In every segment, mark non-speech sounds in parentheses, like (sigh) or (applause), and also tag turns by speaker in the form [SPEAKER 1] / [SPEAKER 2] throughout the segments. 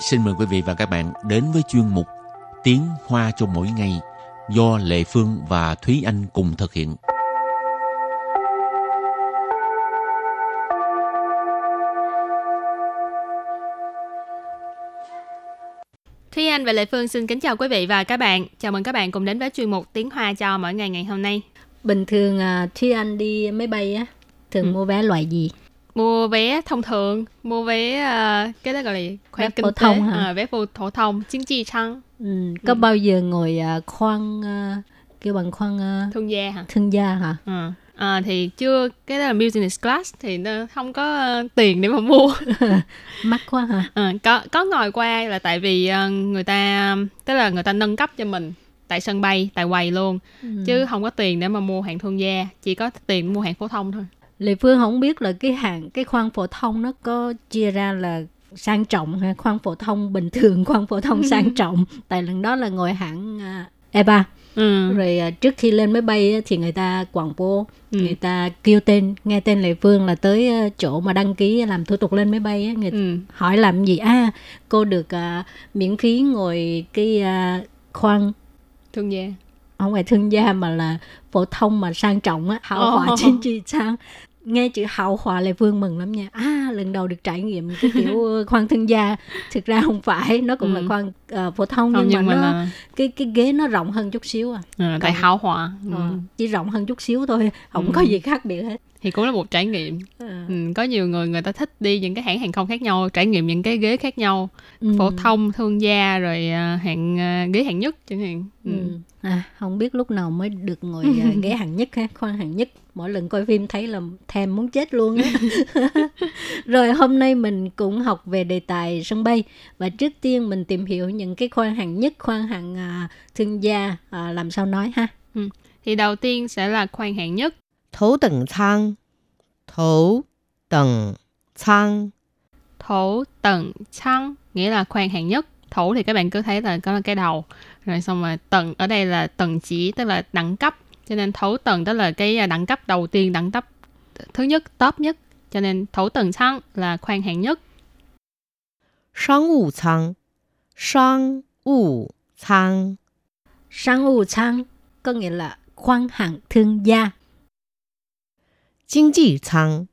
[SPEAKER 1] xin mời quý vị và các bạn đến với chuyên mục Tiếng Hoa cho mỗi ngày do Lệ Phương và Thúy Anh cùng thực hiện.
[SPEAKER 2] Thúy Anh và Lệ Phương xin kính chào quý vị và các bạn. Chào mừng các bạn cùng đến với chuyên mục Tiếng Hoa cho mỗi ngày ngày hôm nay.
[SPEAKER 3] Bình thường à, Thúy Anh đi máy bay á, thường
[SPEAKER 2] Ừ.
[SPEAKER 3] mua vé loại gì?
[SPEAKER 2] Mua vé thông thường, mua vé ờ, cái đó gọi là gì? khoang
[SPEAKER 3] Vé
[SPEAKER 2] kinh
[SPEAKER 3] phổ
[SPEAKER 2] tế,
[SPEAKER 3] thông hả?
[SPEAKER 2] ờ, vé phổ, phổ thông, chính trị trăng,
[SPEAKER 3] Ừ, có
[SPEAKER 2] Ừ.
[SPEAKER 3] bao giờ ngồi à, khoang à, kêu bằng khoang à,
[SPEAKER 2] thương gia hả?
[SPEAKER 3] thương gia hả?
[SPEAKER 2] Ờ. Ờ, thì chưa cái đó là business class thì nó không có ờ, tiền để mà mua
[SPEAKER 3] Mắc quá hả?
[SPEAKER 2] Ờ, có có ngồi qua là tại vì ờ, người ta tức là người ta nâng cấp cho mình tại sân bay tại quầy luôn
[SPEAKER 3] Ừ.
[SPEAKER 2] chứ không có tiền để mà mua hàng thương gia chỉ có tiền mua hàng phổ thông thôi
[SPEAKER 3] Lệ Phương không biết là cái hạng cái khoang phổ thông nó có chia ra là sang trọng ha, khoang phổ thông bình thường, (laughs) khoang phổ thông sang trọng. Tại lần đó là ngồi hạng à, E3.
[SPEAKER 2] ừ.
[SPEAKER 3] Rồi à, trước khi lên máy bay á, thì người ta quảng bố,
[SPEAKER 2] Ừ.
[SPEAKER 3] người ta kêu tên, nghe tên Lệ Phương là tới à, chỗ mà đăng ký làm thủ tục lên máy bay á, người
[SPEAKER 2] Ừ.
[SPEAKER 3] hỏi làm gì à cô được à, miễn phí ngồi cái à, khoang
[SPEAKER 2] thương gia
[SPEAKER 3] ở ngoài thương gia mà là phổ thông mà sang trọng á hảo
[SPEAKER 2] Ồ.
[SPEAKER 3] hòa chính trị sang nghe chữ hảo hòa là vương mừng lắm nha à lần đầu được trải nghiệm cái
[SPEAKER 2] (laughs)
[SPEAKER 3] kiểu khoang thương gia thực ra không phải nó cũng
[SPEAKER 2] Ừ.
[SPEAKER 3] là khoang à, phổ thông
[SPEAKER 2] không
[SPEAKER 3] nhưng,
[SPEAKER 2] nhưng
[SPEAKER 3] mà,
[SPEAKER 2] mà
[SPEAKER 3] nó
[SPEAKER 2] là
[SPEAKER 3] cái cái ghế nó rộng hơn chút xíu à
[SPEAKER 2] ờ, tại
[SPEAKER 3] Còn-
[SPEAKER 2] hảo hòa ừ.
[SPEAKER 3] Ờ, chỉ rộng hơn chút xíu thôi không
[SPEAKER 2] Ừ.
[SPEAKER 3] có gì khác biệt hết
[SPEAKER 2] thì cũng là một trải nghiệm
[SPEAKER 3] Ờ,
[SPEAKER 2] ừ. có nhiều người người ta thích đi những cái hãng hàng không khác nhau trải nghiệm những cái ghế khác nhau
[SPEAKER 3] ừ.
[SPEAKER 2] phổ thông thương gia rồi à, hạng à, ghế hạng nhất chẳng hạn ừ.
[SPEAKER 3] Ừ. À, không biết lúc nào mới được ngồi à, ghế hạng nhất ha, khoan hạng nhất. Mỗi lần coi phim thấy là thèm muốn chết luôn á. (laughs) Rồi hôm nay mình cũng học về đề tài sân bay và trước tiên mình tìm hiểu những cái khoan hạng nhất, khoan hạng à, thương gia à, làm sao nói ha.
[SPEAKER 2] thì đầu tiên sẽ là khoang hạng nhất
[SPEAKER 4] 头等舱，头等舱，
[SPEAKER 2] thổ tận trăng nghĩa là khoang hạng nhất thổ thì các bạn cứ thấy là có là cái đầu rồi xong rồi tầng ở đây là tầng chỉ tức là đẳng cấp cho nên thổ tầng tức là cái à, đẳng cấp đầu tiên đẳng cấp thứ nhất top nhất cho nên thổ tầng trăng là khoang hạng nhất
[SPEAKER 4] 商务舱，商务舱，
[SPEAKER 3] Sang u chang có nghĩa là khoan hạng thương gia.
[SPEAKER 4] 经济舱，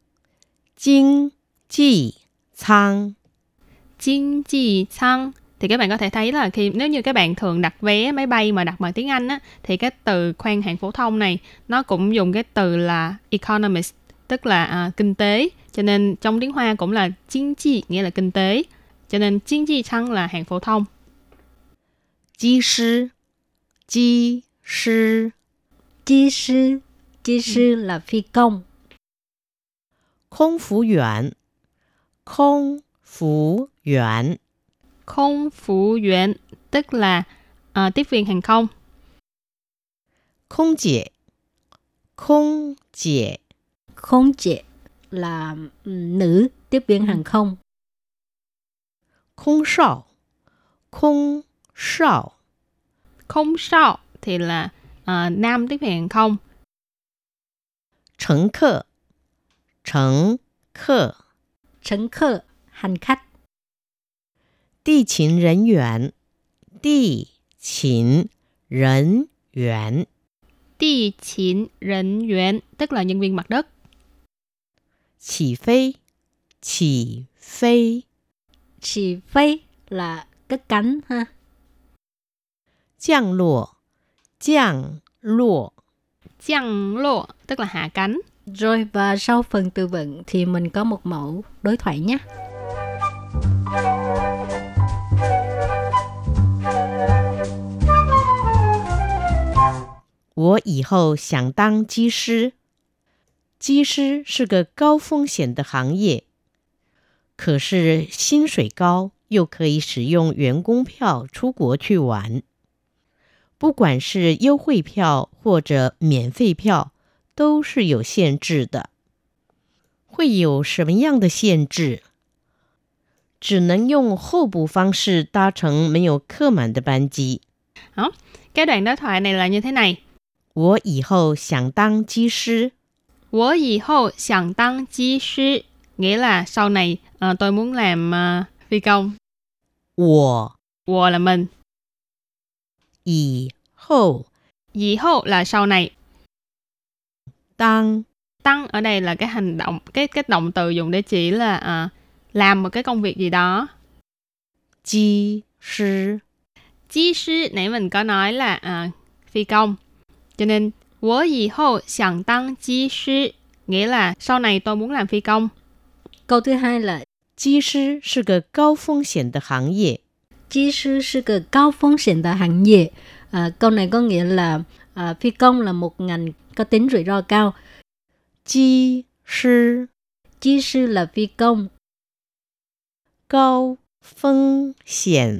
[SPEAKER 4] 经济舱，
[SPEAKER 2] Jin Ji Chang thì các bạn có thể thấy là khi nếu như các bạn thường đặt vé máy bay mà đặt bằng tiếng Anh á thì cái từ khoang hạng phổ thông này nó cũng dùng cái từ là economist tức là à, kinh tế cho nên trong tiếng Hoa cũng là chính trị nghĩa là kinh tế cho nên chính trị chăng là hạng phổ thông
[SPEAKER 4] 机师，机师，
[SPEAKER 3] Chi sư, chi sư là phi công.
[SPEAKER 4] 空服员，空服员，
[SPEAKER 2] không phủ yuan tức là à, tiếp viên hàng không
[SPEAKER 4] 空姐，空姐，
[SPEAKER 3] Khôn chị là ừ, nữ tiếp viên hàng không.
[SPEAKER 4] 空少，空少。
[SPEAKER 2] không sao thì là à, nam tiếp viên hàng không
[SPEAKER 4] 乘客，乘客，
[SPEAKER 3] Trấn khơ, hành khách.
[SPEAKER 4] 地勤人员，地勤人员，
[SPEAKER 2] đi chín nhân viên tức là nhân viên mặt đất
[SPEAKER 4] 起飞，起飞，
[SPEAKER 3] chỉ phi là cất cánh ha
[SPEAKER 4] 降落，降落，
[SPEAKER 2] 降落 tức là hạ cánh
[SPEAKER 3] rồi và sau phần từ vựng thì mình có một mẫu đối thoại nhé
[SPEAKER 4] 我以后想当机师。机师是个高风险的行业，可是薪水高，又可以使用员工票出国去玩。不管是优惠票或者免费票，都是有限制的。会有什么样的限制？只能用候补方式搭乘没有客满的班机。
[SPEAKER 2] Cái đoạn đối thoại này là như thế này.
[SPEAKER 4] 我以后想当机师。
[SPEAKER 2] 我以后想当机师 nghĩa là sau này ờ, tôi muốn làm ờ, phi công.
[SPEAKER 4] 我
[SPEAKER 2] War là mình.
[SPEAKER 4] 以后
[SPEAKER 2] Dĩ hậu là sau này.
[SPEAKER 4] 当
[SPEAKER 2] Tăng ở đây là cái hành động, cái cái động từ dùng để chỉ là à, làm một cái công việc gì đó.
[SPEAKER 4] 技师
[SPEAKER 2] Chi sư nãy mình có nói là à, phi công. Cho nên, wo yi hou xiang tăng chi sư nghĩa là sau này tôi muốn làm phi công.
[SPEAKER 3] Câu thứ hai là
[SPEAKER 4] 技师是个高风险的行业，
[SPEAKER 3] Chi sư sư cờ cao phong xịn và hạng nhẹ. À, câu này có nghĩa là à, phi công là một ngành có tính rủi ro cao.
[SPEAKER 4] 技师
[SPEAKER 3] Chi sư là phi công,
[SPEAKER 4] 高风险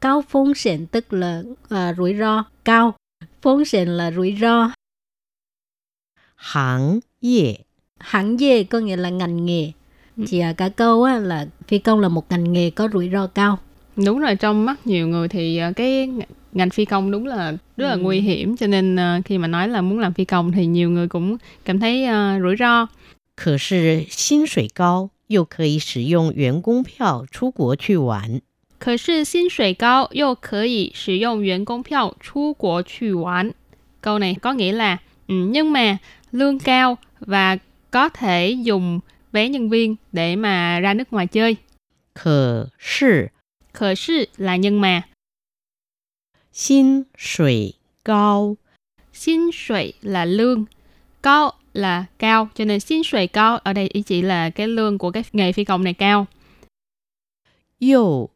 [SPEAKER 3] cao phong xịn tức là à, rủi ro cao. Phong xịn là rủi ro,
[SPEAKER 4] 行业，
[SPEAKER 3] hạng nhẹ có nghĩa là ngành nghề. Thì à, cả câu á, là phi công là một ngành nghề có rủi ro cao.
[SPEAKER 2] Đúng rồi, trong mắt nhiều người thì ờ, cái ng- ngành phi công đúng là rất là
[SPEAKER 3] Ừ.
[SPEAKER 2] nguy hiểm cho nên ờ, khi mà nói là muốn làm phi công thì nhiều người cũng cảm thấy ờ, rủi ro.
[SPEAKER 4] 可是薪水高，又可以使用员工票出国去玩。
[SPEAKER 2] 可是薪水高又可以使用员工票出国去玩. Câu này có nghĩa là "Ừ, nhưng mà lương cao và có thể dùng vé nhân viên để mà ra nước ngoài chơi.
[SPEAKER 4] 可是
[SPEAKER 2] Khởi sự là nhưng mà,
[SPEAKER 4] 薪水高，
[SPEAKER 2] xin suy là lương, cao là cao, cho nên xin suy cao ở đây ý chỉ là cái lương của cái nghề phi công này cao.
[SPEAKER 4] 又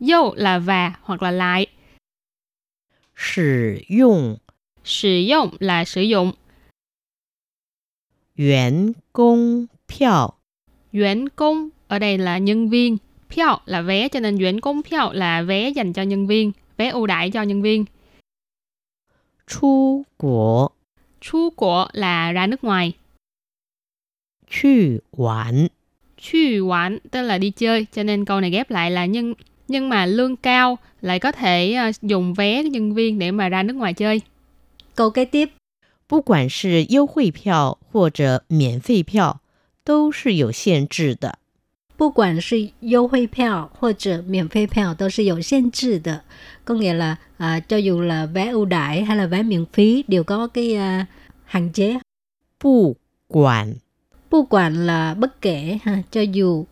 [SPEAKER 2] Dâu là và hoặc là lại,
[SPEAKER 4] 使用
[SPEAKER 2] sử dụng là sử dụng,
[SPEAKER 4] 员工票。
[SPEAKER 2] Yuán công ở đây là nhân viên, Piao là vé cho nên yuán công piao là vé dành cho nhân viên, vé ưu đãi cho nhân viên.
[SPEAKER 4] 出国
[SPEAKER 2] Chu của là ra nước ngoài,
[SPEAKER 4] 去玩，
[SPEAKER 2] chu quán tức là đi chơi, cho nên câu này ghép lại là nhưng nhưng mà lương cao lại có thể ờ, dùng vé nhân viên để mà ra nước ngoài chơi.
[SPEAKER 3] Câu kế tiếp,
[SPEAKER 4] 不管是优惠票或者免费票，都是有限制的。
[SPEAKER 3] 不管是优惠票或者免费票都是有限制的，có nghĩa là à, cho dù là vé ưu đãi hay là vé miễn phí đều có cái à, hạn chế.
[SPEAKER 4] 不管
[SPEAKER 3] Bất quản là bất kể ha, cho dù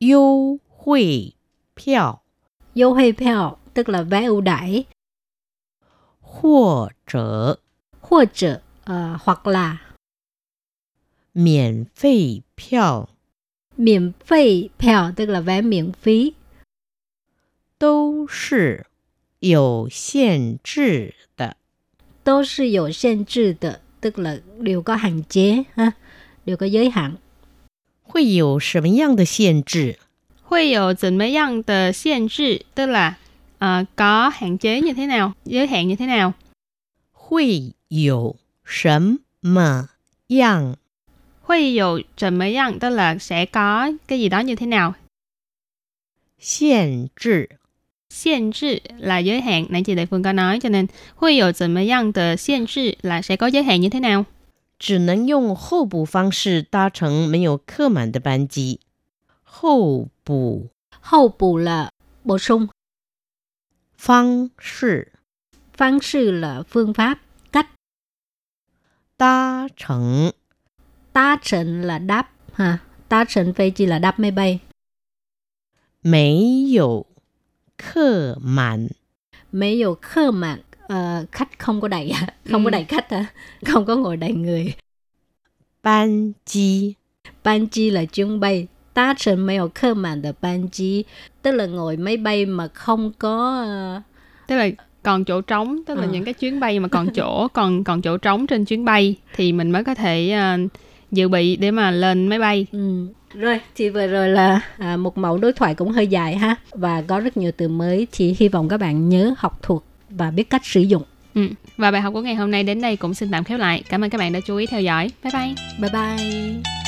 [SPEAKER 4] 优惠票
[SPEAKER 3] 优惠票 tức là vé ưu đãi
[SPEAKER 4] 或者
[SPEAKER 3] hoặc者 à, hoặc là
[SPEAKER 4] 免费票
[SPEAKER 3] miễn phí票 tức là vé miễn phí
[SPEAKER 4] 都是有限制的。
[SPEAKER 3] 都是有限制的 tức là đều có hạn chế ha, đều có giới hạn.
[SPEAKER 4] 会有什么样的限制？
[SPEAKER 2] Huy ở tình mấy dân tờ xiên trị tức là ờ, có hạn chế như thế nào, giới hạn như thế nào.
[SPEAKER 4] 会有什么样
[SPEAKER 2] Huy dụ trình mấy dân tức là sẽ có cái gì đó như thế nào,
[SPEAKER 4] 限制？
[SPEAKER 2] 限制 là giới hạn nãy chị Đại Phương có nói cho nên Huy dụ怎么样的限制 là sẽ có giới hạn như thế nào
[SPEAKER 4] 只能用候补方式搭乘没有客满的班机。候补
[SPEAKER 3] Hậu bù là bổ sung,
[SPEAKER 4] 方式
[SPEAKER 3] phương sự là phương pháp.
[SPEAKER 4] 搭乘
[SPEAKER 3] tá trận là đáp ha tá trận飞chỉ là đáp máy bay
[SPEAKER 4] 没有客满。
[SPEAKER 3] mấy dụ khơ mà ờ, khách không có đầy (laughs) không có
[SPEAKER 2] Ừ.
[SPEAKER 3] đầy khách hả không có ngồi đầy người
[SPEAKER 4] 班机
[SPEAKER 3] ban chi là chuyến bay tá trận mấy dụ khơ mà là ban chi tức là ngồi máy bay mà không có ờ,
[SPEAKER 2] tức là còn chỗ trống tức là
[SPEAKER 3] Ờ.
[SPEAKER 2] những cái chuyến bay mà còn chỗ (laughs) còn còn chỗ trống trên chuyến bay thì mình mới có thể ờ, dự bị để mà lên máy bay
[SPEAKER 3] ừ. rồi thì vừa rồi là à, một mẫu đối thoại cũng hơi dài ha và có rất nhiều từ mới thì hy vọng các bạn nhớ học thuộc và biết cách sử dụng
[SPEAKER 2] ừ. và bài học của ngày hôm nay đến đây cũng xin tạm khép lại cảm ơn các bạn đã chú ý theo dõi bye bye
[SPEAKER 3] bye bye